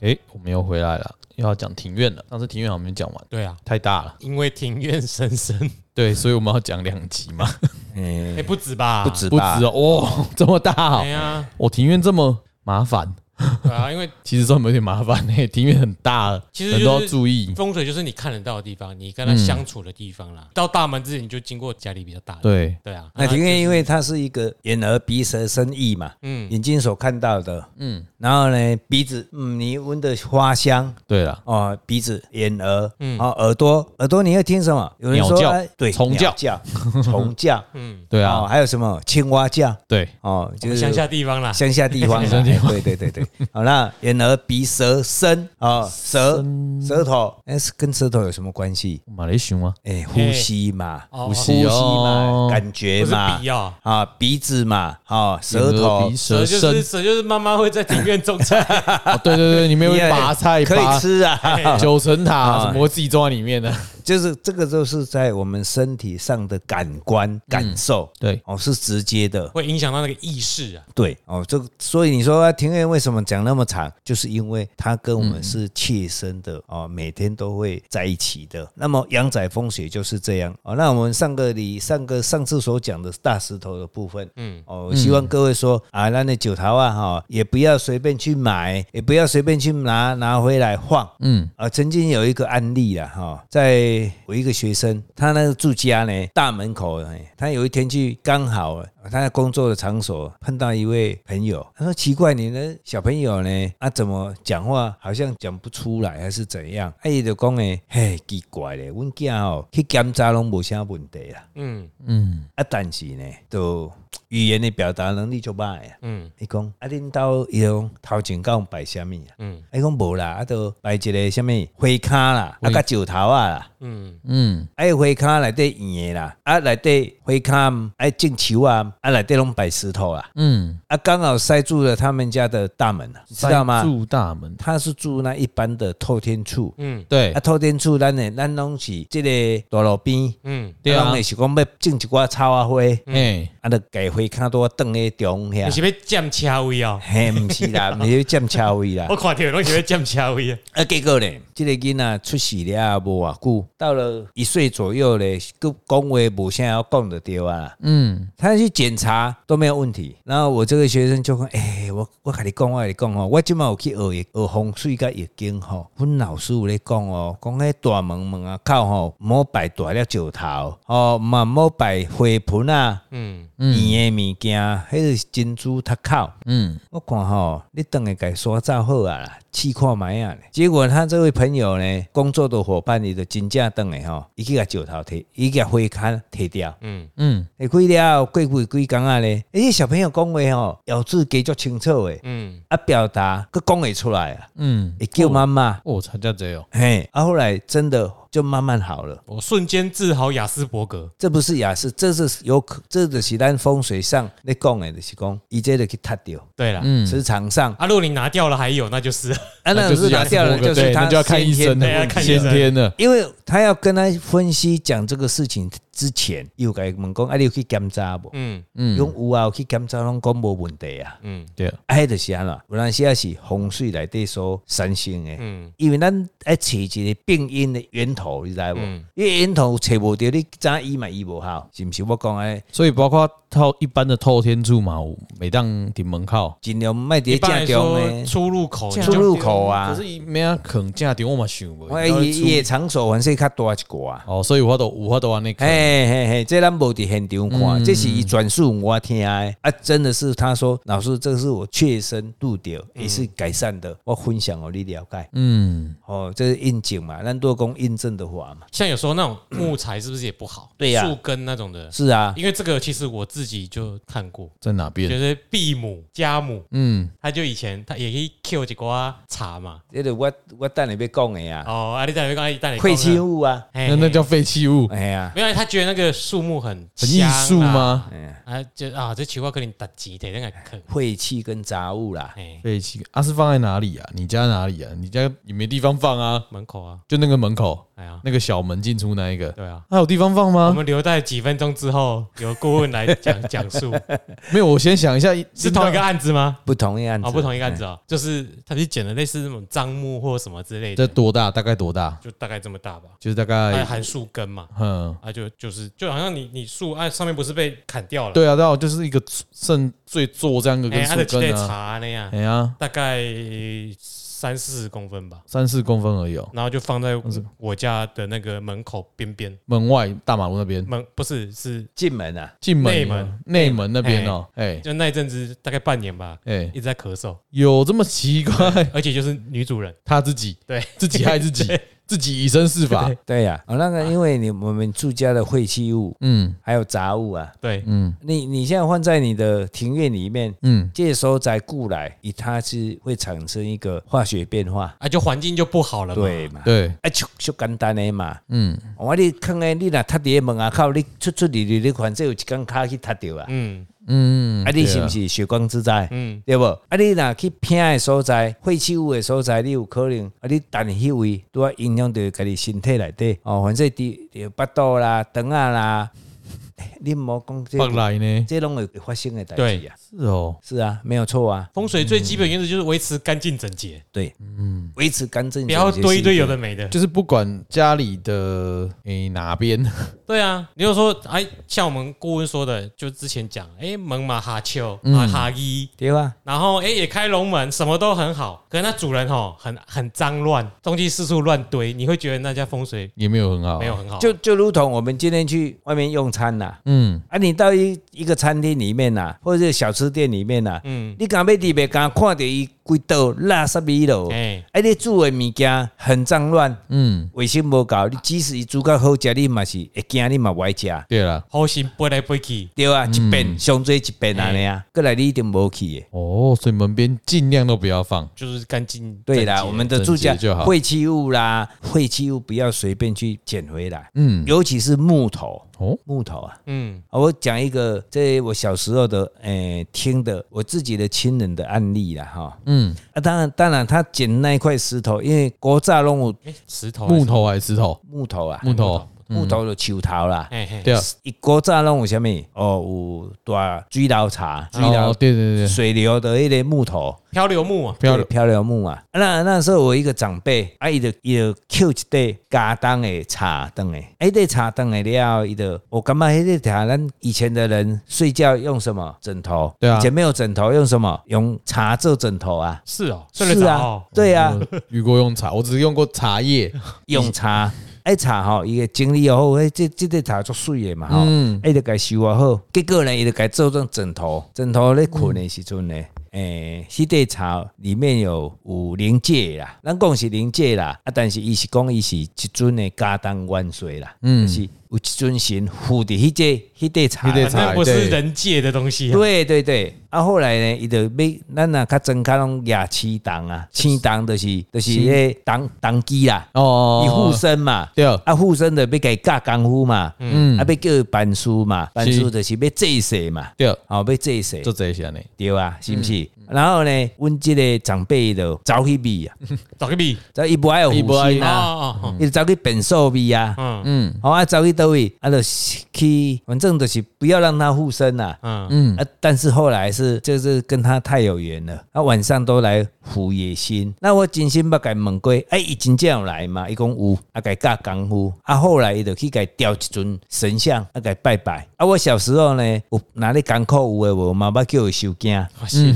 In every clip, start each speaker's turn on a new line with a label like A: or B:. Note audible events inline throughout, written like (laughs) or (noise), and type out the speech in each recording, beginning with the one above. A: 哎们又回来了，又要讲庭院了。上次庭院好像没讲完，
B: 对啊，
A: 太大了，
B: 因为庭院深深，
A: 对，所以我们要讲两集嘛，
B: 哎、
C: 哎，
B: 不止吧？
C: 不
A: (laughs)
C: 止
A: 不
C: 吧
A: 止？哦，哇，这么大哦
B: 哎，呀，
A: 我庭院这么麻烦，
B: 对啊，
C: (laughs)
B: 因为
A: 其实算有点麻烦呢、 (laughs) 庭院很大，
B: 其实
A: 人
B: 就
A: 都要
B: 是
A: 注意。
B: 风水就是你看得到的地方，你跟他相处的地方啦。到大门之前，你就经过家里比较大的。
A: 对，
B: 对啊，
C: 嗯那庭
B: 就是
C: 院因为它是一个眼耳鼻舌身意嘛，
B: 嗯
C: 眼睛所看到的，
A: 嗯，
C: 然后呢，鼻子，嗯，你闻的花香
A: 对了，
C: 哦，鼻子、眼耳，
B: 嗯
C: 嗯，哦，耳朵，耳朵你会听什么？有人
A: 鸟
C: 说，
A: 叫
C: 哎对，
A: 虫
C: 鸟叫，虫叫，
B: 嗯，
A: 对
C: 哦
A: 啊，
C: 还有什么青蛙叫？
A: 对，
C: 哦，
B: 我
C: 就
B: 们
C: 是
B: 乡下地方啦，
C: 乡下地方啊，
A: 乡下地方
C: 哎对对对对。好，那眼耳鼻舌身啊，舌舌头，哎，是跟舌头有什么关系？
A: 马来熊啊，
C: 哎，呼吸嘛，
B: 哦
A: 呼
C: 呼
A: 吸
C: 吸
A: 哦
C: 嘛，，感觉
B: 不是
C: 嘛
B: 鼻，哦，
C: 啊，鼻子嘛，啊，舌
A: 眼耳
C: 头
A: 鼻，舌
B: 蛇就
A: 身
B: 是，蛇就是妈妈会在庭院 (laughs) 种菜，
A: 哦对对对，你们
C: 你
A: 会
C: 也
A: 拔菜、
C: 可
A: 拔
C: 以吃
B: (laughs)
C: 啊，
A: 九层塔，
C: 啊
A: 什么会自己装在里面的？
C: 就是这个都是在我们身体上的感官感受，
A: 嗯对，
C: 哦，是直接的，
B: 会影响到那个意识啊。
C: 对，哦，这个所以你说啊庭院为什么讲那么长，就是因为它跟我们是切身的哦，每天都会在一起的。那么阳宅风水就是这样哦。那我们上个里上个上次所讲的大石头的部分，
B: 嗯
C: 嗯，哦，希望各位说啊，那那九桃啊哈，也不要随便去买，也不要随便去拿拿回来放。
A: 嗯，
C: 啊，曾经有一个案例啦，哈、在我一个学生，他那个住家呢，大门口，哎他有一天去刚好呃他在工作的场所碰到一位朋友，他说奇怪，你的小朋友呢，啊，怎么讲话好像讲不出来，还是怎样？哎、伊就讲诶，嘿，奇怪咧，阮囝哦去检查拢无啥问题啦，
B: 嗯
C: 啊，但是呢，都语言的表达能力就歹啊。
B: 嗯
C: 伊讲啊，恁兜伊讲头前甲有摆啥物啊？
B: 嗯
C: 伊讲无啦，啊，都摆一个什物花卡啦，啊，甲石头啊啦，
B: 嗯
A: 嗯，
C: 啊，花卡内底圆的啦，啊，内底花卡啊，种树啊，啊，内底拢摆石头啦，
A: 嗯，
C: 啊，刚好塞住了他们家的大门啊，知道
A: 塞
C: 吗？
A: 住大门，
C: 他是住那一般的透天厝，
B: 嗯
A: 对
C: 啊，，透天厝咱的咱拢是即个大路边，
B: 嗯，
A: 对啊
C: 咱拢是讲要种一寡草啊花，
A: 哎，
C: 啊，就改花卡都等咧中
B: 你
C: 遐。
B: 是被占车位哦，
C: 嘿，毋是啦，毋是占车位啦
B: (laughs) 我。看到拢是被占车位
C: (laughs)
B: 啊。
C: 啊，结果呢，这个囡仔出世了无偌久，到了一岁左右呢，佮讲话无啥要讲的对啊。
A: 嗯，
C: 他去检查都没有问题，然后我这个学生就讲：“哎、我我跟你讲，我跟你讲哦，我今麦有去学易学风水甲易经吼，阮老师有咧讲哦，讲迄大门门啊口吼，毋好摆大了石头哦，嘛毋好摆花盆啊，
B: 嗯，
C: 圆的物件，迄是珍珠塔口。”
A: 嗯，
C: 我看吼、你等下改刷照好啊啦，试看卖啊咧。结果他这位朋友呢，工作的伙伴，伊就真正等下吼，伊去甲石头摕，伊去甲花砍摕掉。
B: 嗯
A: 嗯，
C: 下开了过几几工啊咧，诶、小朋友讲话吼、咬字加足清楚诶，
B: 嗯
C: 啊表达佫讲会出来啊，
A: 嗯，
C: 会叫妈妈，
A: 哦，参加这哦，
C: 嘿，啊后来真的就慢慢好了。
B: 我瞬间治好雅斯伯格。
C: 这不是雅思，这是有可，这就是咱风水上咧讲诶，就是讲，伊这就去踢掉，
B: 对了，
A: 嗯，
C: 磁场上
B: 啊，如果你拿掉了还有，那就是
C: 啊，那
A: 就是
C: 拿掉了，
A: 雅斯伯格
C: 就是
A: 对
C: 他
A: 那就要看医生
B: 对要
A: 了，
B: 看医
A: 先
B: 生
A: 天的，
C: 因为他要跟他分析讲这个事情之前，又该问讲，啊，你有去检查无？
B: 嗯
C: 讲
A: 嗯，
C: 有啊，有去检查拢讲无问题啊。
B: 嗯
A: 对，
C: 啊，迄就是安啦，有当时也是风水内底所产生的。
B: 嗯
C: 因为咱爱找一个病因的源头，你知无？
B: 嗯
C: 因为源头找无到，你怎医嘛医无效，是毋是？我讲诶，
A: 所以包括透一般的透天柱嘛，有每当顶门靠。
C: 尽量卖
B: (laughs) 一
C: 伫
B: 般来
C: 正中
B: 说
C: 诶，
B: 出入口，
C: 出入口啊哎
A: 可是伊咩啊，肯正顶我嘛想袂
C: 我伊伊的场所反正较大一寡。
A: 哦，所以有法度有法度安尼看，
C: 嘿嘿嘿，这咱无伫现场看，
B: 嗯
C: 这是伊转述我听的啊，真的是他说老师，这个是我切身度掉，
B: 嗯
C: 也是改善的，我分享哦，你了解
A: 嗯，
C: 哦，这是印证嘛，咱多讲印证的话嘛，
B: 像有时候那种木材是不是也不好？
C: 对呀
B: 树根那种的，
C: 是啊，
B: 因为这个其实我自己就看过，
A: 在哪
B: 就
A: 边？
B: 是毕母家母，
A: 嗯，
B: 他就以前他也可以 Q 一瓜茶嘛，
C: 这个我我等下要讲的啊，
B: 哦，啊你在那边刚才一旦
C: 废弃，物啊，
B: 嘿
A: 那那叫废弃物，
C: 哎呀，
B: 没有他觉得那个树木很
A: 很艺术
B: 香啊？
A: 吗？
C: 哎呀，
B: 啊，就啊这奇怪跟你打击的那个坑，
C: 废气跟杂物啦，
B: 哎
A: 废弃啊是放在哪里啊？你家哪里啊？你家也没地方放啊，
B: 门口啊，
A: 就那个门口。
B: 哎呀啊，
A: 那个小门进出那一个，
B: 对啊。
A: 还有地方放
B: 我
A: 吗？
B: 们留待几分钟之后，有顾问来讲讲述，
A: 没有，我先想一下，
B: 是同一个案子吗？
C: 不同意案子，嗯
B: 啊，不同一个案子啊，就是他去捡了类似那种樟木或什么之类
A: 这
B: 的，
A: 多大？大概多大？
B: 就大概这么大吧，
A: 就是大
C: 哎
B: 还
A: 概，
B: 含树根嘛，
A: 嗯，
B: 啊就就是就好像你你树啊上面不是被砍掉了，
A: 对啊，对啊，就是一个剩最做这样一个
B: 哎，
A: 跟
B: 按的
A: 树
B: 几类
A: 根啊，
B: 茶那样，
A: 哎呀，
B: 大概三四十公分吧，
A: 三四公分而已哦，
B: 然后就放在我家的那个门口边边
A: 门外大马路那边，
B: 门不是是
C: 进门啊，
A: 进门
B: 内门
A: 内门那边哦，哎
B: 就那一阵子大概半年吧，
A: 哎
B: 一，直在咳嗽，
A: 有这么奇怪？
B: 而且就是女主人
A: 他自己
B: 对
A: 自己害自己，自己以身试法，
C: 对呀、啊，哦，那个因为你我们住家的废弃物
A: 嗯
C: 还有杂物啊，
B: 对
A: 嗯
C: 你你现在放在你的庭院里面，
A: 嗯，
C: 这时候再过来，以它是会产生一个化学变化，
B: 啊就环境就不好了嘛，
C: 对嘛？
A: 对，
C: 啊，就就简单的嘛。哦
A: 嗯
C: 我你看诶，你若踏伫门啊口，你出出入入，你反正有一根卡去踏到啊。
B: 嗯
A: 嗯，
C: 啊，你
A: 对
C: 是不是血光之灾？
B: 嗯
C: 对不？啊，你若去偏的所在、废弃物的所在，你有可能啊，你等迄位拄啊影响到家己身体内底哦，反正伫伫腹肚啦、肠啊啦， (laughs) 哎你毋好讲这
A: 北来呢？
C: 这拢会发生的代志啊。
A: 是哦，
C: 是啊，没有错啊，
B: 风水最
A: 嗯
B: 基本原则就是维持干净整洁，
C: 对，嗯，维持干净，
B: 不要堆一堆有的没的。
A: 就是不管家里的诶哪边，
B: 对啊，你就说哎，像我们顾问说的，就之前讲，哎，门嘛哈秋
C: 嗯
B: 啊哈一，
C: 对啊吧？
B: 然后哎也开龙门，什么都很好，可是那主人吼很很脏乱，东西四处乱堆，你会觉得那家风水
A: 也没有很好，啊
B: 没有，很好。
C: 哦就就如同我们今天去外面用餐呐、啊。
A: 嗯，
C: 你到一一个餐厅里面呐、啊，或者是小吃店里面呐、啊，
B: 嗯，
C: 你敢要伫袂敢看到伊规道垃圾味咯？
B: 哎，
C: 哎，你煮的物件很脏乱，
A: 嗯，
C: 卫生无够，你即使伊煮较好食，你嘛是会惊，你嘛不爱食。
A: 对了，
B: 好心背来背去，
C: 对
A: 嗯
C: 啊，一遍上最一遍安尼啊，过来你一定无去的。
A: 哦，所以门边尽量都不要放，
B: 就是干净。
C: 对
B: 整
C: 啦，
B: 洁
C: 我们的住家
A: 整洁就好
C: 废弃物啦，废弃物不要随便去捡回来，
A: 嗯，
C: 尤其是木头，
A: 哦，
C: 木头啊。
B: 嗯
C: 啊我讲一个，这我小时候的，诶、听的我自己的亲人的案例啦，哈。
A: 嗯，
C: 啊，当然，当然，他捡那一块石头，因为国炸弄有
B: 哎，石头还是
A: 木头还是石头？
C: 木头啊，
A: 木嗯头，
C: 木头就树头啦。
B: 哎嘿，
A: 对啊，
C: 伊古早拢有啥物？哦，有大水流茶、水流、
A: 哦，对对对对，
C: 水流的迄个木头，
B: 漂流木啊，
A: 不要
C: 对，漂流木啊。那那时候我一个长辈，啊，伊就伊就捡一块家当的茶灯诶，哎，块茶灯诶了，伊就我感觉迄个茶，咱以前的人睡觉用什么枕头？
A: 对啊
C: 以前没有枕头，用什么？用茶做枕头啊。
B: 是哦，睡得
C: 是
B: 着
C: 啊
B: 哦，，
C: 对啊，
A: 我遇过用茶，我只用过茶叶，
C: 用茶，哎茶吼，伊个经历吼，哎这这块茶足水的嘛吼，
A: 嗯
C: 伊就该收啊好，结果呢，伊就该做成枕头，枕头咧困的时阵呢，诶、迄块茶里面有有灵界啦，咱讲是灵界啦，啊，但是伊是讲伊是一尊的家当万岁啦，嗯，是有一尊神附伫迄个迄块茶
A: 那
C: 内
A: 块茶
B: 反正不是
A: 对
B: 人界的东西啊。
C: 对对对，啊，后来呢，伊就要咱若较真较拢亚青档啊，青档就是就是迄档档机啦，
A: 哦，
C: 伊附身嘛，
A: 对
C: 啊附身的要给教功夫嘛，
A: 嗯
C: 啊要叫板书嘛，板书就是要祭祀嘛，
A: 对，啊嗯
C: 哦要祭祀。
A: 就这些呢，
C: 对啊，是不是？然后呢，阮这个长辈就走去味啊，
B: 找个币
C: 走伊无爱有
A: 伊不
C: 护
A: 爱
C: 心
B: 啊
C: 啊，
B: 啊，哦
C: 伊就走去本寿味啊，
B: 嗯
A: 嗯
C: 好啊，走去倒位，啊，就是去，反正就是不要让他附身啦、啊。
B: 嗯，
A: 嗯，
C: 啊，但是后来是就是跟他太有缘了，啊，晚上都来扶野心。那我真心捌甲伊问过，哎、伊真正有来嘛？伊讲有，啊，甲伊教功夫，啊，后来伊就去甲伊雕一尊神像，啊，甲伊拜拜。啊，我小时候呢，有哪里艰苦有诶无，嘛捌叫伊收惊，
B: 啊是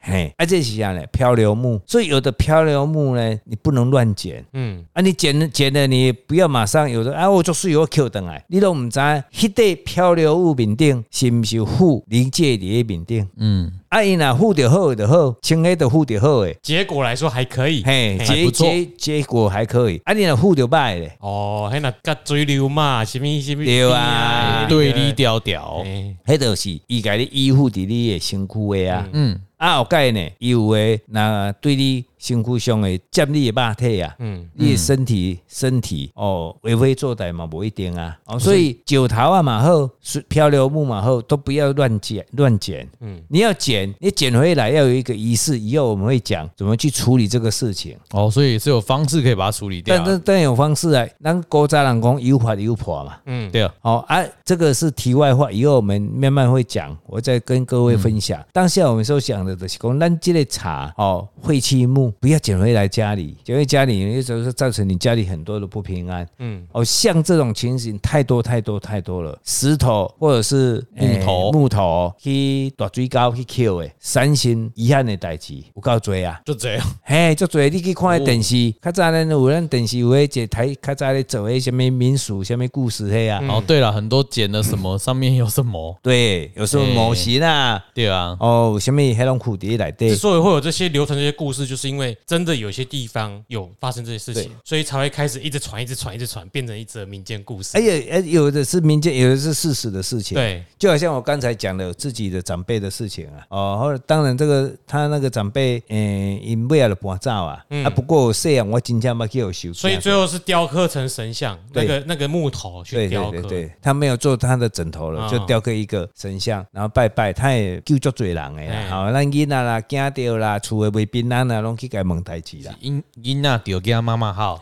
C: 嘿，啊，这是啥呢？漂流木，所以有的漂流木呢，你不能乱捡。
B: 嗯
C: 啊，你捡了捡了，你不要马上有的啊，我就是有捡回来，你都唔知迄块漂流物面顶是毋是附临界里的面顶？
A: 嗯，
C: 啊，伊若附着好就好，清黑就附着好诶，
B: 结果来说还可以。
C: 嘿，
A: 哎还
C: 结
A: 不错
C: 结结果还可以。啊，你若附着歹咧，
B: 哦，嘿那个水流嘛，什么什么
C: 对啊
B: 哎
A: 对立调调，
B: 哎
C: 迄就是伊家己依附伫你诶身躯诶啊。
A: 嗯
C: 啊，后盖呢，伊有诶，若对你身躯上的占你的肉体啊，
B: 嗯，
C: 你的身体身体哦，为非作歹嘛，不一定啊。哦，所以九桃啊马后、是漂流木马后都不要乱捡乱捡。
B: 嗯
C: 嗯，你要捡，你捡回来要有一个仪式。以后我们会讲怎么去处理这个事情。
A: 哦，所以是有方式可以把它处理掉
C: 但
A: 啊。
C: 但但有方式啊，咱古早人讲有法有破嘛。
A: 对啊，
C: 好、啊，这个是题外话，以后我们慢慢会讲，我再跟各位分享。当下我们所讲的就是讲，咱这个茶哦，晦气木不要捡回来家里，捡回家里有时候是造成你家里很多的不平安。
B: 嗯
C: 嗯，哦，像这种情形太多太多太多了，石头或者是
A: 木头
C: 诶木头去大水沟去捡的，三心遗憾的代志有够多啊。
A: 就这样。
C: 嘿，足侪你去看那电视，较早咱有咱电视有迄一台，较早咧做迄什物民俗、什物故事迄啊。
A: 哦，对了，很多剪了什么，上面有什么？
C: 对，有时候模型啊，
A: 对啊，
C: 哦，有什么黑龙苦蝶来
B: 之
C: 对，
B: 所以会有这些流传这些故事，就是因为真的有些地方有发生这些事情，所以才会开始一直传、一直传、一直传，变成一则民间故事。
C: 哎呀，哎，有的是民间，有的是事实的事情。，
B: 对，
C: 就好像我刚才讲的自己的长辈的事情啊，哦，后来当然这个他那个长辈，嗯，因为了搬走啊，啊，不过虽然我真正没去有修，
B: 嗯所以最后是雕刻成神像，那
C: 对
B: 个那个木头去
C: 对
B: 雕
C: 对
B: 刻
C: 对。对，他没有做他的枕头了，
B: 哦
C: 就雕刻一个神像，然后拜拜，他也救足多人诶
B: 哎
C: 啦，好，咱囡仔啦、惊到啦、厝诶未平安啊啦，拢去甲伊问代志啦。
A: 因因那丢给他妈妈好，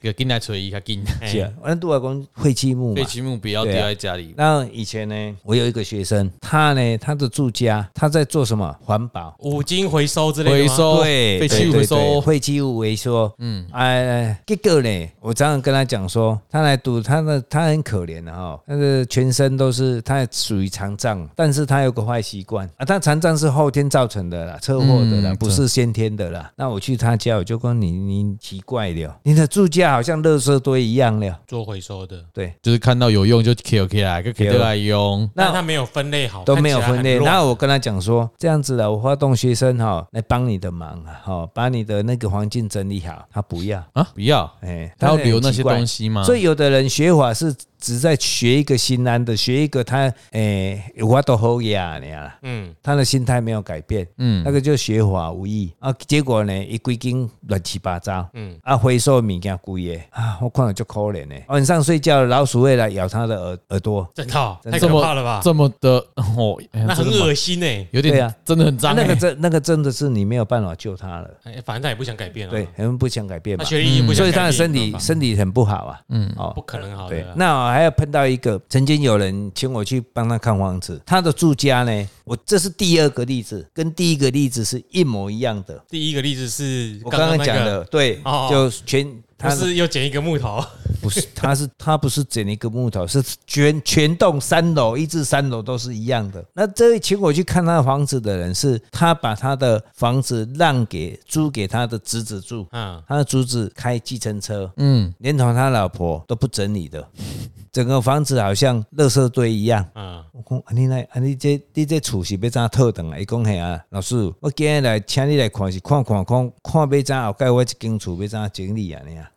A: 给进来吹一下 (laughs) 进。
B: 哎
C: 是啊，咱拄仔讲晦气木嘛
A: 对，，题目不要丢
C: 对啊
A: 在家里。
C: 那以前呢，我有一个学生，他呢，他的住家，他在做什么？环保。
B: 五金回收之类的
A: 回
B: 吗
A: 收
C: 对，
A: 废弃
C: 对
A: 物
C: 对
A: 回收
C: 对，废弃物回收，嗯，哎，结果呢，我常常跟他讲说，他来读，他的他很可怜的哈，那个全身都是，他属于残障，但是他有个坏习惯啊，他残障是后天造成的啦，车祸的啦，
A: 嗯
C: 不是先天的啦。那我去他家，我就跟你，你奇怪了，你的住家好像垃圾堆一样了，
B: 做回收的，
C: 对，
A: 就是看到有用就 kill 起来，就 kill 来用。
C: 那
B: 那它没有分类
A: 哦
B: 好，
C: 都没有分类。
B: 看起来很乱
C: 那我跟他讲说，这样子的，我发动学生哈、来帮你的忙啊，哈、把你的那个环境整理好。他不要，
A: 啊，不要，
C: 哎，
A: 他要
C: 很
A: 留那
C: 奇
A: 些
C: 怪
A: 东。西吗？
C: 所以有的人学法是只在学一个心安的，学一个他哎，我都好呀，你啊，
B: 嗯，
C: 他的心态没有改变，
A: 嗯
C: 嗯，那个就学法无益啊。结果呢，一归根乱七八糟，
B: 嗯
C: 嗯，啊，回收物件贵耶啊，我看了就可怜呢。晚上睡觉，老鼠会来咬他的耳耳朵，啊
B: 真的哦
C: 真
B: 太
C: 的
B: 可怕了吧？
A: 这么的 (laughs) 哦，哎呀
B: 那很，
A: 真的吗
B: 恶心哎，
A: 有
C: 对
A: 点
C: 啊
A: 真的很
C: 啊
A: 脏
C: 那个
A: 欸。
C: 真那个真的是你没有办法救他了。
B: 哎反正他也不想改变了，
C: 对，很不想改变
B: 他
C: 嘛，
B: 学历也不想改变，
C: 所以他的身体
B: 没办法
C: 身体很不好啊。
A: 嗯
C: 嗯，哦
B: 不，可能好
C: 对
B: 的。。啊
C: 那我还要碰到一个，曾经有人请我去帮他看房子，他的住家呢，我这是第二个例子，跟第一个例子是一模一样的。
B: 第一个例子是
C: 我刚刚
B: 那个
C: 讲的，，对
B: 哦，
C: 就全
B: 不
C: 他的
B: 是又捡一个木头， (laughs)
C: 不是，他是 (laughs) 他不是整一个木头，是全全栋三楼一至三楼都是一样的。那这位请我去看他的房子的人是，他把他的房子让给租给他的侄子住，
B: 嗯，
C: 他的侄子开计程车，
B: (laughs)
A: 嗯，
C: 连同他老婆都不整理的， (laughs) 整个房子好像垃圾堆一样。
B: 嗯，
C: 我讲，啊、你来，啊、你这你这厝是要怎套等啊？伊讲嘿啊，老师，我今日来请你来看是看看看看要怎后盖我一间厝要怎整理啊？你啊，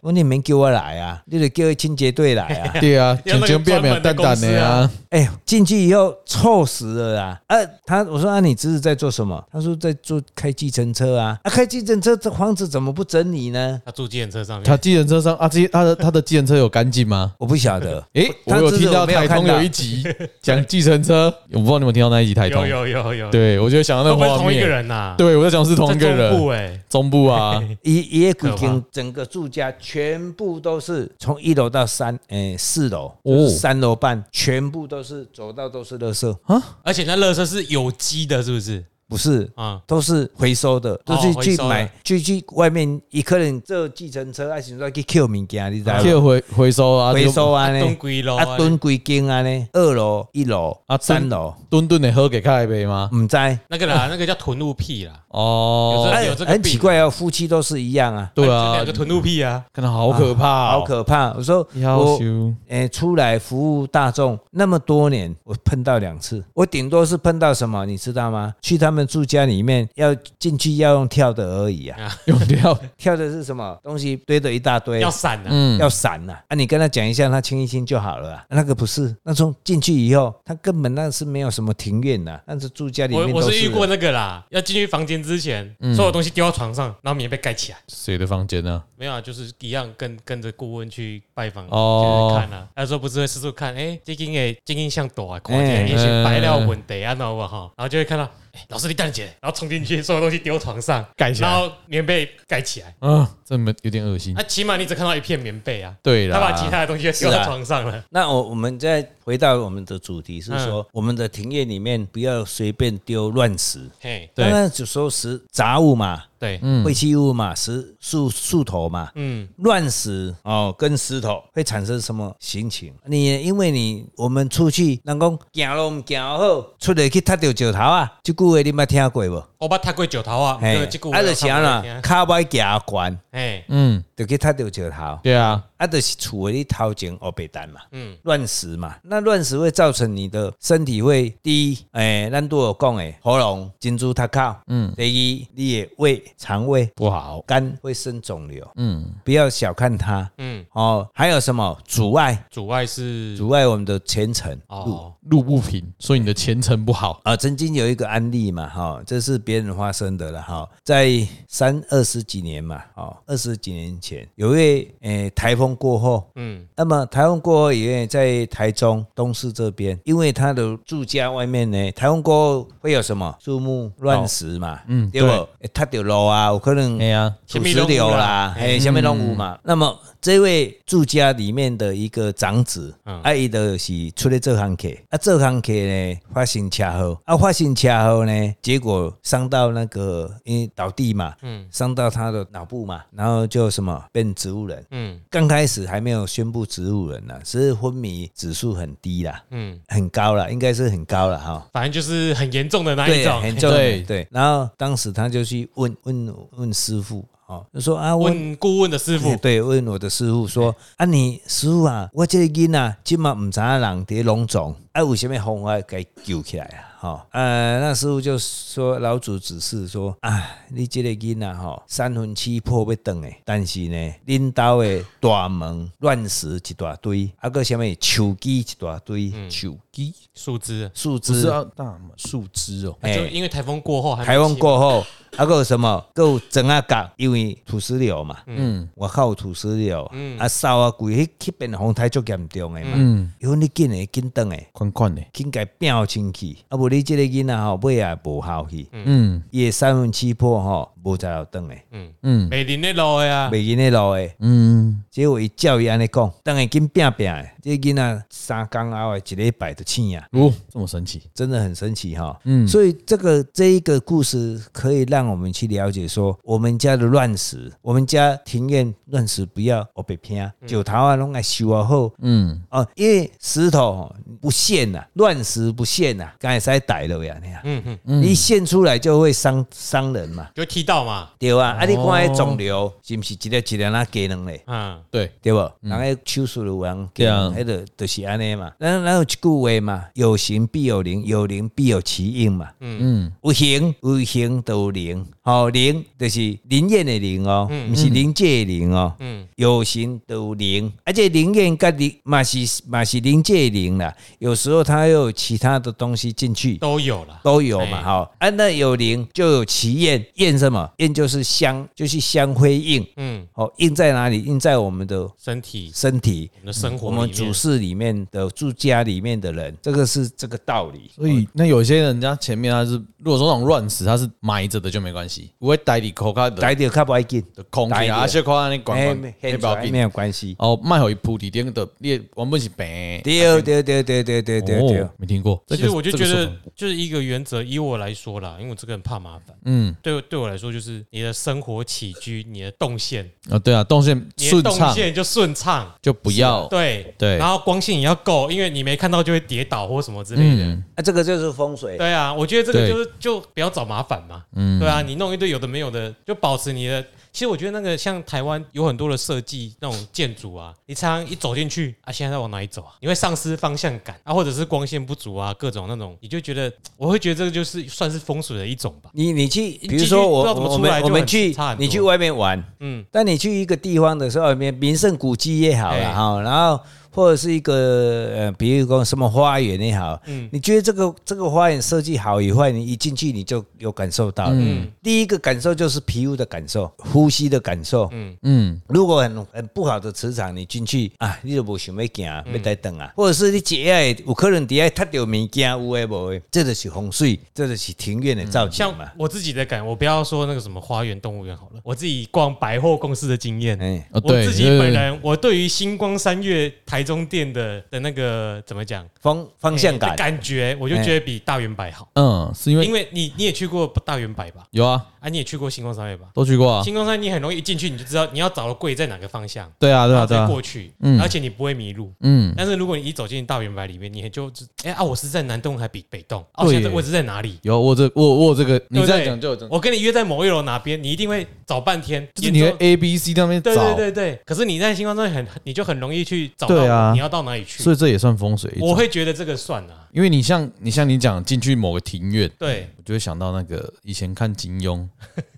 C: 我说你免叫我来啊，你得叫清洁队
A: (laughs)
C: 来啊。
A: 对啊，
B: 要那
A: 钱钱
B: 个
A: 变没有蛋蛋的呀。
B: 啊
C: 哎呦，进去以后臭死了啦！啊，他我说啊，你侄子在做什么？他说在做开计程车啊。啊，开计程车这房子怎么不整理呢？
B: 他住计程车上面，
A: 他计程车上啊，这他的他的计程车有干净吗？。
C: 我不晓得
A: 诶，我
C: 他
A: 有
C: 侄子
A: 听到
C: 我没有
A: 台通
C: 看到
A: 有一集
B: (laughs)
A: 讲计程车，我不知道你们有没有听到那一集台
B: 有
A: 通。
B: 有有有，，
A: 对，我就想到那
B: 会不会
A: 个画
B: 同一个
A: 面。
B: 人呐？
A: 对，我在想是同
B: 在
A: 一个
B: 中部
A: 人。
B: 哎，
A: 中部啊，
B: (laughs)
C: 一一古
B: 可怕
C: 亭整个住家全部都是从一楼到三，诶、四楼，
A: 哦
C: 就是三楼半全部都是走道都是垃圾，
B: 而且那垃圾是有机的，是不是？
C: 不是。
B: 啊，
C: 都是回收的，都
B: 哦
C: 是
B: 回
C: 去
B: 收的
C: 买，去去外面，一个人坐计程车，还是说去捡物件，你知道
A: 借
C: 吗？
A: 回回收啊，
C: 回收啊
B: 蹲
C: 呢，
B: 龟咯，
C: 啊蹲几间啊呢，二楼、一楼、
A: 啊
C: 啊
A: 蹲
C: 三楼，
A: 顿顿的喝给开一杯吗？
C: 唔知，
B: 那个啦，那个叫囤物癖啦，
A: 哦，
B: 哦有
C: 哎
B: 这个
C: 很
B: 病
C: 奇怪哦，夫妻都是一样啊，嗯
A: 对
B: 就
A: 啊
B: 两个，囤物癖啊，
A: 看到好可怕，哦
C: 好可怕。我说
A: 要
C: 我
A: 求
C: 诶、出来服务大众那么多年，我碰到两次，我顶多是碰到什么，你知道吗？去他们们住家里面要进去要用跳的而已啊，
A: (laughs)
B: 嗯
A: 用掉，
C: 跳的是什么东西堆的一大堆
B: 要，散啊，
A: 嗯，
C: 要闪呐、啊！啊，你跟他讲一下，他清一清就好了、啊。那个不是，那从进去以后，他根本那是没有什么庭院呐、但是住家里
B: 我
C: 面都
B: 我
C: 是嗯
B: 是遇
C: 人。
B: 过那个啦，要进去房间之前，所有东西丢到床上，然后棉被盖起来。
A: 谁的房间呢？
B: 没有啊，就是一样跟跟着顾问去拜访，
A: 哦
B: 就是看啊。他说不是会四处看，哎，最近诶，最近像躲啊，看
C: 哎
B: 见一些白料问题啊，那我哈，然后就会看到，哎，老师你蛋姐，
C: 嗯
B: 然后冲进去，所有东西丢床上，
A: 盖起来
B: 然后棉被盖起来。
A: 啊，这么有点恶心
C: 嗯
B: 那。起码你只看到一片棉被啊，
A: 对
B: 哎他把其
A: 啦，
B: 他的东西都丢
C: 是
B: 到
C: 啊
B: 床上了。
C: 那我我们再回到我们的主题是说，
B: 嗯
C: 我们的庭院里面不要随便丢乱石。
B: 嘿，
A: 对
C: 当然有时候是杂物嘛，
B: 对，
A: 嗯
C: 废弃物嘛，石树树头嘛，
B: 嗯，
C: 乱石哦，跟石头会产生什么心情？你因为你我们出去，人讲行路唔行好，出来去踏到石头啊，这句话你捌听过无？
B: 我把他过九头啊，
C: 嘿
B: 哦对，这个
C: 啊就是安
B: 啦，
C: 啦，脚歪行悬，
B: 哎，
A: 嗯，
C: 就去踏到石头，
A: 对啊，
C: 啊，就是厝的你头前黑白蛋嘛。
B: 嗯，
C: 乱食嘛，那乱食会造成你的身体会第一，哎、咱都有讲诶，喉咙、珍珠它靠，嗯，第一，你的胃、肠胃、
A: 不好，
C: 肝会生肿瘤，
A: 嗯，
C: 不要小看它，
B: 嗯
C: 嗯，哦，还有什么阻碍？
B: 阻碍是
C: 阻碍我们的前程路
B: 哦，
A: 路不平，所以你的前程不好。
C: 啊，曾经有一个案例嘛，哈、这是别人发生的了哈、在三二十几年嘛，哦，二十几年前有一位诶台风过后，
B: 嗯，
C: 那么台风过后也在台中东市这边，因为他的住家外面呢，台风过后会有什么树木乱石嘛，嗯，对不？会塌掉路啊，有可能
A: 哎呀，
C: 土石流啦，哎，下面弄有嘛。那么这位住家里面的一个长子，
B: 嗯
C: 啊，伊就是出来做行客，啊，做行客呢发生车祸，啊，发生车祸呢，结果伤到那个因为倒地嘛，嗯，伤到他的脑部嘛，然后就什么变植物人。
B: 嗯
C: 刚开始还没有宣布植物人呢、只是昏迷指数很低啦，
B: 嗯，
C: 很高啦，应该是很高了哈、
B: 反正就是很严重的那一
C: 对，
B: 种，
C: 很重要
A: 对
C: 对。然后当时他就去问问问师傅哦，就说啊，我
B: 问顾问的师傅
C: 哎，对，问我的师傅说啊，你师傅啊，我这个囡啊，今嘛唔知影人伫笼中，啊，有什么方法给救起来啊？吼、呃，那师傅就说，老祖指示说啊，你这个囡啊，吼，三分七破要断诶，但是呢，恁兜的大门乱石一大堆，啊个什么树枝一大堆，
B: 嗯
C: 树枝、
B: 树枝，
C: 树
A: 不是
C: 枝，
A: 要大嘛树枝哦，
B: 啊就因为台风过后，还没
C: 台风
B: 起
C: 过后，啊个有什么，还有整啊港，因为土石流嘛，
A: 嗯，
C: 我靠有土石流，啊扫啊贵，迄迄边的风台足严重诶嘛，
A: 嗯
C: 因为你紧诶紧等诶，
A: 宽宽的，
C: 紧该摒清气，啊无你即个囡仔吼尾也无效去，
A: 嗯
C: 伊诶三分七破吼无在后等诶，
A: 嗯
B: 每年的路的啊，
C: 袂用诶路诶，
A: 嗯，
C: 结果伊照伊安尼讲，等下紧摒摒诶，即个囡仔三工后诶一礼拜就醒啊。
A: 哦，这么神奇，
C: 真的很神奇哈、
A: 嗯
C: 嗯，所以这个这一个故事可以让我们去了解说，我们家的乱石，我们家庭院乱石不要哦被偏，九桃啊拢爱修啊后
A: 嗯，
C: 哦，因为石头哦不现呐、乱石不现呐、刚才在逮了啊呀，你看，
B: 嗯嗯，
C: 你一现出来就会伤伤人嘛，
B: 就踢到嘛，
C: 对吧？啊，你看那肿瘤是不是一粒一粒那鸡卵嘞？
B: 嗯，
A: 对，
C: 对不？人个手术的有人
A: 对啊
C: 迄个就是安尼嘛。然后然后一句话嘛，有形必有灵，有灵必有其应嘛。
A: 嗯
C: 有形有形就有灵，吼、灵就是灵验的灵哦，毋、是灵界的灵哦。
B: 嗯
C: 有形就有灵，而且灵验跟灵嘛是嘛是灵界的灵啦。有时候它又有其他的东西进去。
B: 都有了，
C: 都有嘛，
B: 哎
C: 哈、啊，那有灵就有其验，验什么？验就是相，就是相辉应，
B: 嗯，
C: 哦，印在哪里？印在我们的
B: 身体，
C: 身体，
B: 我们的生活
C: 嗯
B: 里
C: 我
B: 面，
C: 们主事里面的住家里面的人，这个是这个道理。
A: 所以那有些人家前面他是，如果说那种乱石，他是埋着的就没关系，不会带你口卡的
C: 逮到较不要紧，
A: 空气啊，
C: 带
A: 些看你管管，
C: 哎
A: 那
C: 现
A: 不要
C: 在没
A: 紧。
C: 有关系。
A: 哦，卖给铺底点的，你的原本是病，
C: 对对对对对对对对
A: 哦，没听过。
B: 其
A: 这
B: 实
A: 个
B: 我就
A: 这个
B: 觉
A: 说
B: 得
A: 法
B: 就是一个原则，以我来说啦，因为我这个人怕麻烦，
A: 嗯
B: 对我对我来说就是你的生活起居，你的动线，
A: 啊，对啊，动线
B: 你的
A: 顺
B: 动
A: 畅
B: 线就顺畅，
A: 就不要
B: 对
A: 对
B: 然后光线也要够，因为你没看到就会跌倒或什么之类的。
C: 啊，这个就是风水。
B: 对啊，我觉得这个
A: 对
B: 就是就不要找麻烦嘛。嗯，对啊，你弄一堆有的没有的，就保持你的其实我觉得那个像台湾有很多的设计那种建筑啊，你常常一走进去啊，现在在往哪里走啊？你会丧失方向感啊，或者是光线不足啊，各种那种，你就觉得我会觉得这个就是算是风水的一种吧。
C: 你你去，比
B: 进
C: 如
B: 去
C: 说
B: 不知
C: 我
B: 道怎么
C: 我
B: 出来
C: 们
B: 就
C: 我们
B: 很
C: 去
B: 差很，多
C: 你去外面玩，
B: 嗯，
C: 但你去一个地方的时候，名名胜古迹也好了
B: 哎
C: 哈，然后或者是一个呃，比如说什么花园也好，
B: 嗯
C: 你觉得这个这个花园设计好与坏，你一进去你就有感受到。嗯，第一个感受就是皮肤的感受，呼吸的感受。
A: 嗯，
C: 如果很很不好的磁场，你进去啊，你就无想要行，
B: 嗯
C: 要待等啊，或者是你解诶，有可能底下踢到物件有诶无诶，这就是风水，这就是庭院的造景
B: 像
C: 嘛。
B: 我自己的感，我不要说那个什么花园、动物园好了，我自己逛百货公司的经验，
C: 哎
A: 哦
B: 我
A: 对
B: 自己
A: 对
B: 本
A: 对
B: 人，我对于星光三月台中店的的那个怎么讲
C: 方方向
B: 哎
C: 感
B: 的，感觉，我就觉得比大圆百好，
A: 嗯，是因为
B: 因为你你也去过大圆百吧？
A: 有啊，
B: 啊，你也去过星光三月吧？
A: 都去过啊，
B: 星光三月你很容易一进去你就知道你要找的柜在哪个方向，
A: 对啊，对
B: 然后
A: 啊，对
B: 再
A: 啊，
B: 过去，
A: 嗯
B: 而且你不会迷路。
A: 嗯，
B: 但是如果你一走进大圆百里面，你就知哎啊，我是在南洞还比北洞？哦，
A: 对
B: 现在
A: 耶
B: 位置在哪里？
A: 有我这我我有这个，
B: 对
A: 你
B: 不
A: 这样
B: 对
A: 讲就有这，
B: 我跟你约在某一楼哪边，你一定会找半天，
A: 就是你会
B: 沿着
A: A B C 那边
B: 对
A: 找，
B: 对对对。可是你在星光三月很，你就很容易去找
A: 对啊
B: 到你要到哪里去
A: 所。以这也算风水一
B: 我
A: 种。
B: 会觉得这个算啊，
A: 因为你像你像你讲进去某个庭院，
B: 对
A: 我就会想到那个以前看金
B: (laughs)
A: 庸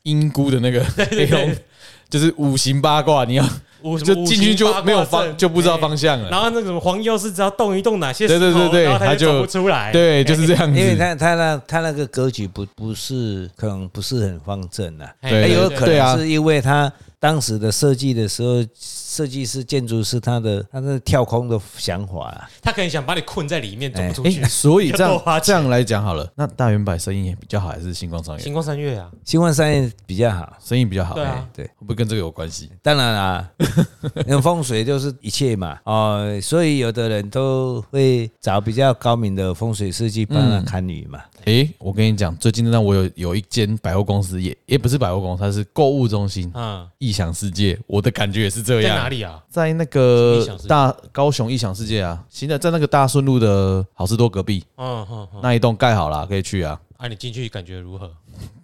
A: 阴姑的那个黑龙，就是五行八卦，你要
B: 五什么
A: 就进去
B: 五行八
A: 就
B: 卦
A: 没有
B: 阵
A: 方，就不知道方向
B: 哎
A: 了。
B: 然后那个什么黄药师，只要动一动哪些石
A: 对
B: 头，
A: 对对对
B: 然后
A: 他
B: 他
A: 就
B: 走不出来。哎
A: 对，就是这样子。
C: 因为他他那他那个格局不不是可能不是很方正啊，
B: 哎，
A: 对
C: 也
B: 对
C: 有
B: 对
C: 可
A: 对啊
C: 能是因为他当时的设计的时候，设计师、建筑师他的他的跳空的想法啊，
B: 他可能想把你困在里面，走不出
A: 哎、
B: 去。
A: 所以这
B: 要多
A: 样
B: 花
A: 这
B: 钱
A: 样来讲好了，那大圆柏生意比较好，还是星光商业
B: 星光三月啊，
C: 新冠三业比较好。
A: 生意比较好？
B: 对啊，
C: 对，
A: 会不会跟这个有关系？
C: 当
A: (laughs)
C: 然啦，那风水就是一切嘛，哦，所以有的人都会找比较高明的风水师去帮他看雨嘛。
A: 诶、我跟你讲，最近让我有有一间百货公司也，也不是百货公司，它是购物中心，
B: 嗯，
A: 异想世界。我的感觉也是这
B: 在
A: 样。
B: 哪？里啊？
A: 在那
B: 什么
A: 个
B: 异想世界
A: 大高雄异想世界啊，现在在那个大顺路的好事多隔壁
B: 嗯哼哼，
A: 那一栋盖好了，可以去啊。
B: 啊，你进去感觉如何？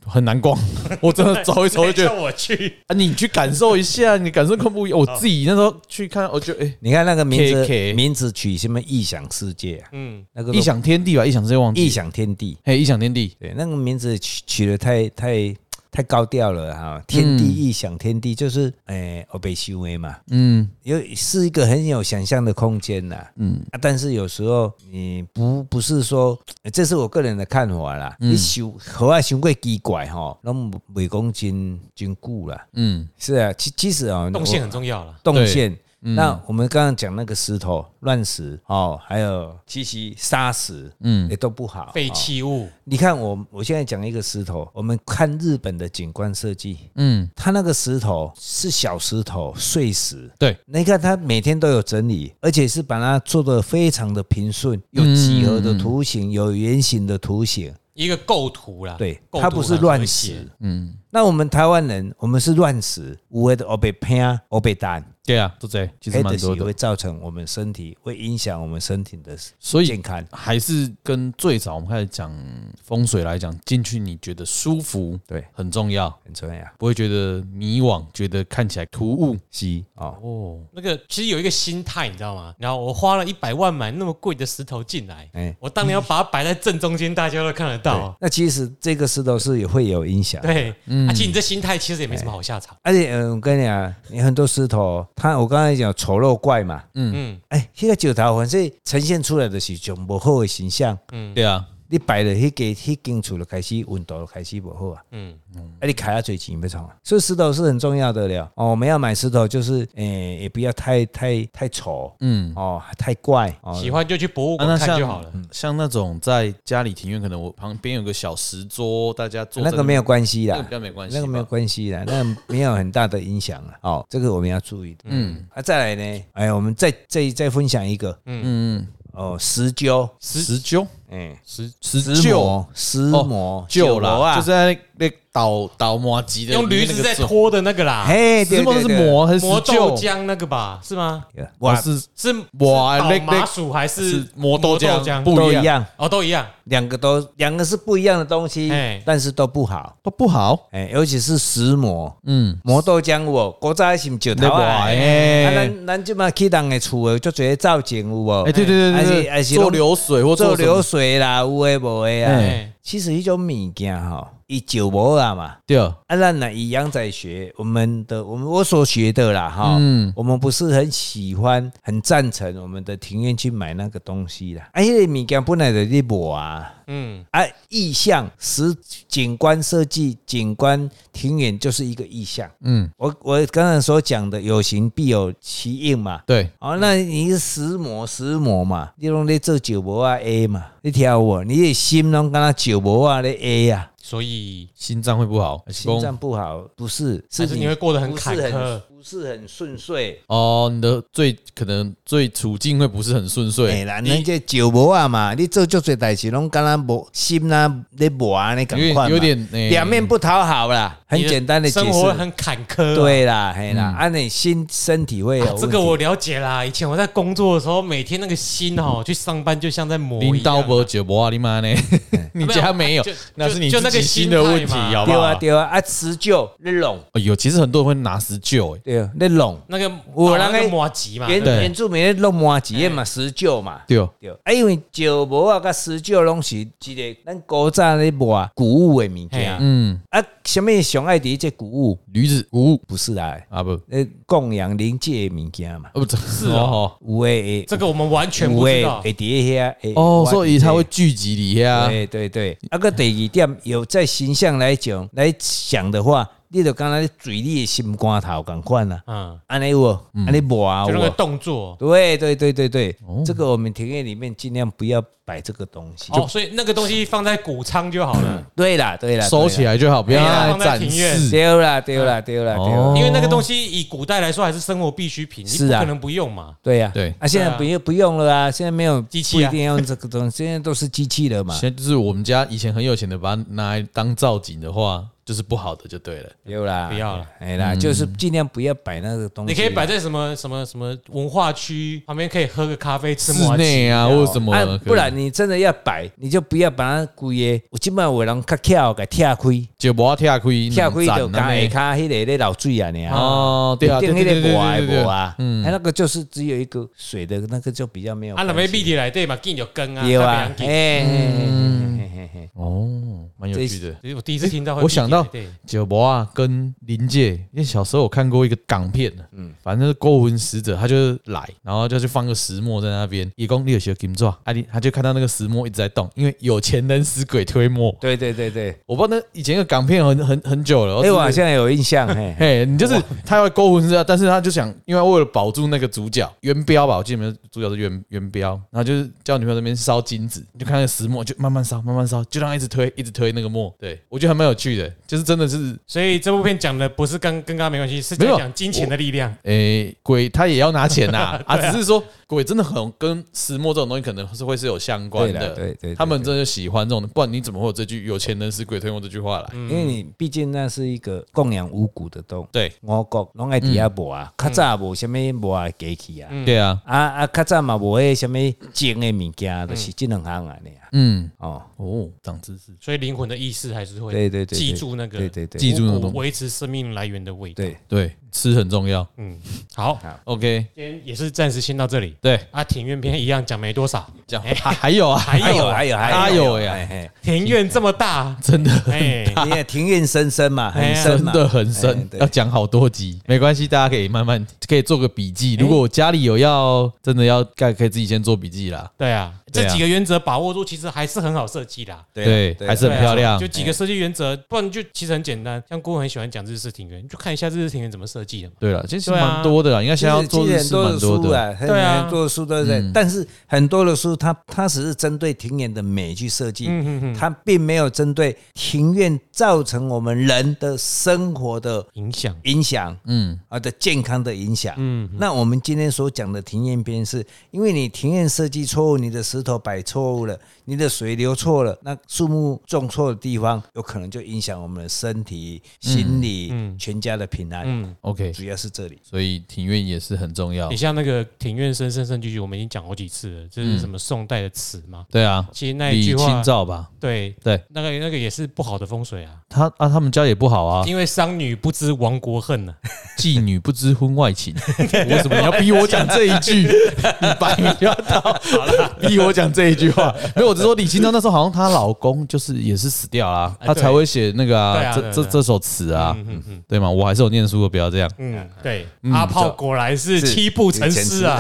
B: 很
A: 很难逛， (laughs) 我真的 (laughs) 走一走就
B: (laughs)
A: 觉得
B: 叫
A: (laughs)
B: 我去，
A: 啊，你去感受一下，你感受更
B: 哦
A: 不一样。我自己那时候去看，我觉得诶，
C: 你看那个名字
A: KK
C: 名字取什么异想世界啊，
B: 嗯，
C: 那个
A: 异想天地吧，异想世界忘记
C: 异
A: 了
C: 想天地，
A: 嘿，异想天地，
C: 对，那个名字取取的太太太高调了哈、天地异想天地就是诶，欧北修为嘛，
A: 嗯，
C: 有是一个很有想象的空间呐、嗯、啊，但是有时候你不不是说，呃这是我个人的看法啦，
A: 嗯
C: 你想和我想过奇怪吼，拢未讲真真久啦，
A: 嗯，
C: 是啊，其其实啊、哦，
B: 动线很重要了。
C: 动
A: 对嗯
C: 线。那我们刚刚讲那个石头、乱石哦，还有其实沙石，嗯，也都不好，
B: 废
C: 哦
B: 弃物，
C: 你看我，我现在讲一个石头，我们看日本的景观设计，
A: 嗯，
C: 它那个石头是小石头、碎石。
A: 对，
C: 你看它每天都有整理，而且是把它做的非常的平顺，有
A: 嗯
C: 几何的图形，有圆形的图形。
B: 一个构图啦，
C: 对，
B: 构图
C: 它不是
B: 很和
C: 乱
B: 谐
C: 石。嗯，那我们台湾人，我们是乱石，无谓的欧被偏、欧被单，
A: 对啊，都这，其
B: 哎
A: 实
C: 黑的
A: 蛮
C: 石
A: 多的，
C: 会造成我们身体，会影响我们身体的
A: 所
C: 健
A: 以
C: 康。
A: 还是跟最早我们开始讲风水来讲，进去你觉得舒服
C: 对，
A: 很重要，
C: 很重要。
A: 不会觉得迷惘，觉得看起来突兀
C: 是哦，
A: 哦。
B: 那个其实有一个心态，你知道吗？然后我花了一百万买那么贵的石头进来，
C: 哎、
B: 我当
A: 嗯
B: 然要把它摆在正中间，大家都看得到
A: 哦
B: 啊。
C: 那其实这个石头是也会有影响。
B: 对，
A: 嗯
B: 而且你这心态其实也没什么好下场。
C: 而且，嗯，我跟你讲，你很多石头，它我刚才讲丑陋怪嘛，
B: 嗯，
C: 哎、那个石头反正呈现出来的是种不好的形象，
B: 嗯
A: 对啊，
C: 你摆了迄个迄间厝就开始温度就开始不好啊，
B: 嗯
C: 嗯，啊，你开啊最钱要创啊，所以石头是很重要的了。哦，我们要买石头就是，诶、也不要太太太丑，
A: 嗯。
C: 哦，太怪，哦，
B: 嗯喜欢就去博物
A: 啊
B: 馆看就好了。
A: 像那种在家里庭院，可能我旁边有个小石桌，大家坐
C: 那个没有关系
A: 那个
C: 啦
A: 比，较没关系吧，
C: 那个没有关系啦，那没有很大的影响啊。哦，这个我们要注意的。
A: 嗯
C: 啊，再来呢，哎，我们再再再分享一个
A: 嗯嗯，
C: 哦，石臼，
A: 石石臼，
C: 哎、哎，
B: 是
A: 石
C: 石
A: 臼
C: 磨，石磨，
A: 臼
C: 石磨
A: 啦，
C: 啊，
A: 就是在那那倒倒磨机的，
B: 用驴子在，拖的那个啦，
C: 嘿，
A: 石
C: 对
A: 磨
C: 对
A: 是
C: 对，
A: 磨还是石
B: 磨豆
A: 臼？
B: 浆那个吧，是吗？
A: 我
C: 哇，
A: 是
B: 是
A: 哇
B: 是
A: 那
B: 倒麻
A: 那
B: 薯还是
A: 是磨豆浆，
B: 不
A: 不
C: 都
A: 一
C: 一
A: 样，
C: 样，
B: 哦，都一样。
C: 两个都两个是不一样的东西
B: 嘿，
C: 但是都不好。
A: 都哦不好。
C: 哎，尤其是石磨，
A: 嗯，
C: 磨豆浆我古早是石头
A: 那
C: 啊，
A: 哇
C: 啊，
A: 哎，
C: 咱咱即嘛去人的厝诶，做些造景有无？
A: 哎，对对
C: 还
A: 对
C: 是
A: 对
C: 还
A: 对，
C: 是
A: 做
C: 拢
A: 流水或
C: 做
A: 做
C: 流
A: 流
C: 水啦，有诶无诶啊。
A: 哎
B: 哎，
C: 其实迄种物件吼，伊就无啦嘛。
A: 对，
C: 啊，咱那以养仔学，我们的我们我所学的啦哈，
A: 嗯
C: 我们不是很喜欢、很赞成我们的庭院去买那个东西啦。哎、啊，迄、个物件本来就你无啊，
B: 嗯，
C: 啊，意象使景观设计、景观庭园就是一个意象。
A: 嗯，
C: 我我刚才所讲的有形必有其应嘛。
A: 对，
C: 哦，那你是石磨石磨嘛，你拢咧做酒磨啊 A 嘛，你听有无？你的心拢敢若酒磨啊咧 A 啊，
B: 所以
A: 心脏会不好，还是
C: 心
A: 说
C: 脏不好，不是，
B: 还是你会过得很坎坷
C: 不是很不是很顺遂。
A: 哦，你的最可能最处境会不是很顺
C: 哎
A: 遂，
C: 啦，人家酒磨啊嘛，你做足多代志，拢敢若无心啦，咧磨啊，你
A: 有
C: 赶
A: 点
C: 快，
A: 有点哎
C: 嗯两面不讨好啦，很
B: 你
C: 简单的解
B: 生活
C: 释。
B: 很坎坷啊。
C: 对啦，嘿啦，啊，你心身体会有
B: 啊，这
C: 问
B: 个
C: 题
B: 我了解啦。以前我在工作的时候，每天那个心哦，去上班就像在磨一
A: 拎刀
B: 样。啊哎
A: 不酒不啊，你妈呢？ (laughs) 你家没有
B: 就，
A: 那是你
B: 就
A: 自
B: 就那个
A: 己心的问题哦
B: 心态，嘛
A: 好不
C: 对
A: 好？
C: 啊对啊，啊，持久你拢
A: 哦有，其实很多人会拿石臼，哎，
C: 对啊，你拢。
B: 那个
C: 我
B: 我
C: 那
B: 那
C: 个
B: 个磨叽嘛，
C: 原
A: 对
C: 原住民咧弄麻吉的嘛，石臼嘛。
A: 对，
C: 对，啊，因为石磨啊，甲石臼拢是一个咱古早咧磨古物的
B: 嘿
C: 物件啊。
A: 嗯，
C: 什么上爱伫这古物？
A: 驴子五
C: 不是啦，
A: 啊不，哦
C: 呃，供养灵界的物件嘛。
A: 不，是 (laughs) 哦，
C: 有诶，
B: 这个我们完全
C: 有
B: 不知
C: 诶
B: 道，。
C: 会伫遐诶。
A: 哦，
C: 哎我
A: 所以他会聚集你哎呀，
C: 对对对，啊个第二点，有在形象来讲来想的话，你就刚才嘴里的心肝头共款啊，
B: 嗯，
C: 安尼有无，安尼磨啊
B: 就
C: 有
B: 那个
C: 无？
B: 动作
C: 对对对对对，
A: 哦
C: 这个我们庭院里面尽量不要摆这个东西。
B: 哦，所以那个东西放在谷仓就好了，
C: 对啦对啊啦，
A: 收起
C: 来。
A: 来就好，不要
B: 哎呀
A: 让
B: 放
A: 它
B: 在
A: 展
B: 庭院
A: 示。
C: 丢啦丢啦丢啦丢
A: 哦
C: 啦。
B: 因为那个东西以古代来说还是生活必需品，你
C: 是
B: 不
C: 啊
B: 可能不用嘛。
C: 对呀，
A: 对
C: 啊，现在不用不用了啊，现在没有
B: 机器啊
C: 不一定要用这个东西，现 (laughs) 在都是机器了嘛
A: 现。在就是我们家以前很有钱的，把它拿来当造景的话，就是不好的就对了。
C: 丢啦，
B: 不要了，
C: 哎
A: 嗯
C: 啦，就是尽量不要摆那个东西
B: 你
C: 啦。
B: 可以摆在什么什么什么文化区旁边，可以喝个咖啡，吃
A: 室
B: 摩
A: 内啊，或者什么
C: 啊，，不然你真的要摆，你就不要把它规个。我今摆有人较巧给拆开，
A: 就不要跳开，
C: 拆开就
A: 弄
C: 甲
A: 展
C: 下
A: 啊
C: 骹迄个咧流水啊，你
A: 那
C: 啊。
A: 哦，对啊，对
C: 定
A: 对
C: 那
A: 对
C: 个
A: 对
C: 博啊
A: 对对
C: 博啊，嗯，
A: 嗯
C: 哎，那个就是只有一个水的那个就比较没有
B: 啊，
C: 关
B: 那
C: 系。
B: 边地里来对嘛，进有羹啊，
C: 有
B: 在
C: 啊
B: 北，洋
C: 哎
B: 羹
C: 哎
A: 嗯
C: 哎哎哎，
A: 哦，蛮有趣的。
B: 所以我第一次听到会
A: 我
B: 避免
A: 想到
B: 对
A: 九博啊，跟临界，因为小时候我看过一个港片呢，嗯，反正是勾魂使者，他就是来，然后就去放个石磨在那边，一共六学金抓，他他就看到那个石磨一直在动，因为有钱能使鬼推磨。
C: 对对对对，
A: 我不知道那以前的港片很很很久了，
C: 哎，我好
A: 像。
C: 像有印象，
B: (laughs)
C: 嘿，
A: 嘿，你就是他要勾魂师啊，但是他就想，因为为了保住那个主角元彪吧，我记得没有，主角是元元彪，然后就是叫女朋友那边烧金子，你就看那个石墨就慢慢烧，慢慢烧，就让他一直推，一直推那个墨。对我觉得还蛮有趣的，就是真的是，
B: 所以这部片讲的不是跟跟刚刚没关系，是在
A: 没有
B: 讲金钱的力量。
A: 诶、鬼他也要拿钱呐、啊，只是说鬼真的很跟石墨这种东西可能是会是有相关
C: 对啦
A: 的，
C: 对对对
A: 他们真的喜欢这种，不然你怎么会有这句“有钱能使鬼推磨”这句话来？
B: 嗯
C: 因为你毕竟那是一个供养五谷的洞，
A: 对，
C: 我国拢爱底下磨
B: 嗯
C: 啊，较早无什么磨啊机器啊，
A: 对啊，
C: 啊啊，较早嘛无迄什么精的物件，就是这两项啊，你啊，
A: 嗯，
C: 哦，
A: 哦，长知识，
B: 所以灵魂的意识还是会
C: 对对对对
B: 记住那个
C: 对对对
A: 记住那个东西
B: 维持生命来源的味道。
C: 对，
A: 对，吃很重要。
B: 嗯，好，
A: OK，
B: 今天也是暂时先到这里。
A: 对，
B: 啊，庭院片一样讲没多少，哎
A: 这样还还有啊，还
C: 还有还有
A: 还有呀
C: 哎，哎
B: 庭院这么大，
A: (laughs) 真的
B: 哎，
C: 你也庭院深深嘛，很深
A: 真
C: 嘛，
A: 的很
C: 哎
A: 深，
C: 对
A: 要讲好多集，没关系，大家可以慢慢可以做个笔记。如果我家里有要真的要盖，可以自己先做笔记啦。
B: 对啊，
A: 对
B: 这
A: 啊
B: 几个原则把握住，其实还是很好设计啦。
A: 对，还是
B: 对
A: 很
B: 啊
A: 漂亮
B: 就。几个设计原则，不然就其实很简单。像郭很喜欢讲日式庭院，你就看一下日式庭院怎么设计的嘛。
A: 对了，其实
B: 对啊
A: 蛮多的啦，应该现在要做嗯
C: 其
A: 日
C: 实很
A: 式
C: 多
A: 蛮
C: 的
A: 多
C: 书
A: 的。
C: 啊，很
B: 对啊
C: 很多的书都在，但是很多的书它它只是针对庭院的美去设计，
B: 嗯嗯嗯，
C: 它并没有针对庭院造成我们人的生活的
B: 影响，
C: 影响
A: 嗯，
C: 啊的健康的影响。
B: 嗯，
C: 那我们今天所讲的庭院边是，因为你庭院设计错误，你的石头摆错误了，你的水流错了，那树木种错的地方，有可能就影响我们的身体、
A: 嗯
C: 心理、全家的平安。
B: 嗯
A: ，OK，
C: 主要是这里。
A: 所以庭院也是很重要
B: 你。像那个庭院深深深句句，我们已经讲好几次了，这是什么宋代的词嘛？
A: 对啊，
B: 其实那
A: 嗯
B: 一
A: 李
B: 句
A: 清
B: 话，
A: 照吧，
B: 对
A: 对，
B: 那个那个也是不好的风水啊，
A: 他啊，他们家也不好啊，
B: 因为商女不知亡国恨啊呐、
A: 妓女不知婚外情。为什么你要逼我讲这一句？你摆明就要到，好了，逼我讲这一句话。没有，我只说李清照那时候好像她老公就是也是死掉啦，
B: 哎
A: 她才会写那个
B: 对啊
A: 啊，
B: 对
A: 这这
B: 啊对啊
A: 这首词啊
B: 嗯，嗯嗯
A: 对吗？我还是有念书的，不要这样。
B: 嗯，对，阿炮果然是
C: 是
B: 七步成诗啊，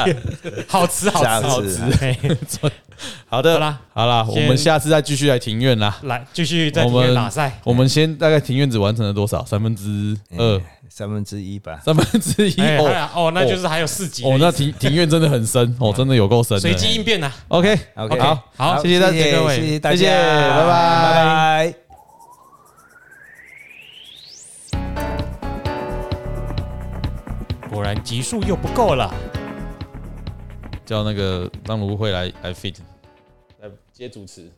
B: (laughs) 好词好词
C: 好
B: 好
C: 词
B: 词
C: 啊，
B: 嘿
A: 好的
B: 好啦
A: 好啦，我
B: 先
A: 们下次再继续来庭院啦。
B: 来继续在庭
A: 我
B: 院
A: 们
B: 打赛，
A: 我们先大概庭院只完成了多少？三分之二
C: 嗯，，三分之一吧。
A: 三分之一
B: 哎还有
A: 哦。
B: 哦，那就是还有四集的意
A: 哦，
B: 思，
A: 那庭庭院真的很深哦，真的有够深的。
B: 随机应变呐、啊
A: OK
C: OK，
A: 好
B: 好
A: 谢谢大家
B: 各位
C: 谢谢大家，
A: 谢谢拜拜
C: 拜拜。
B: 果然集数又不够了，
A: 叫那个让芦荟来来 fit，来接主持。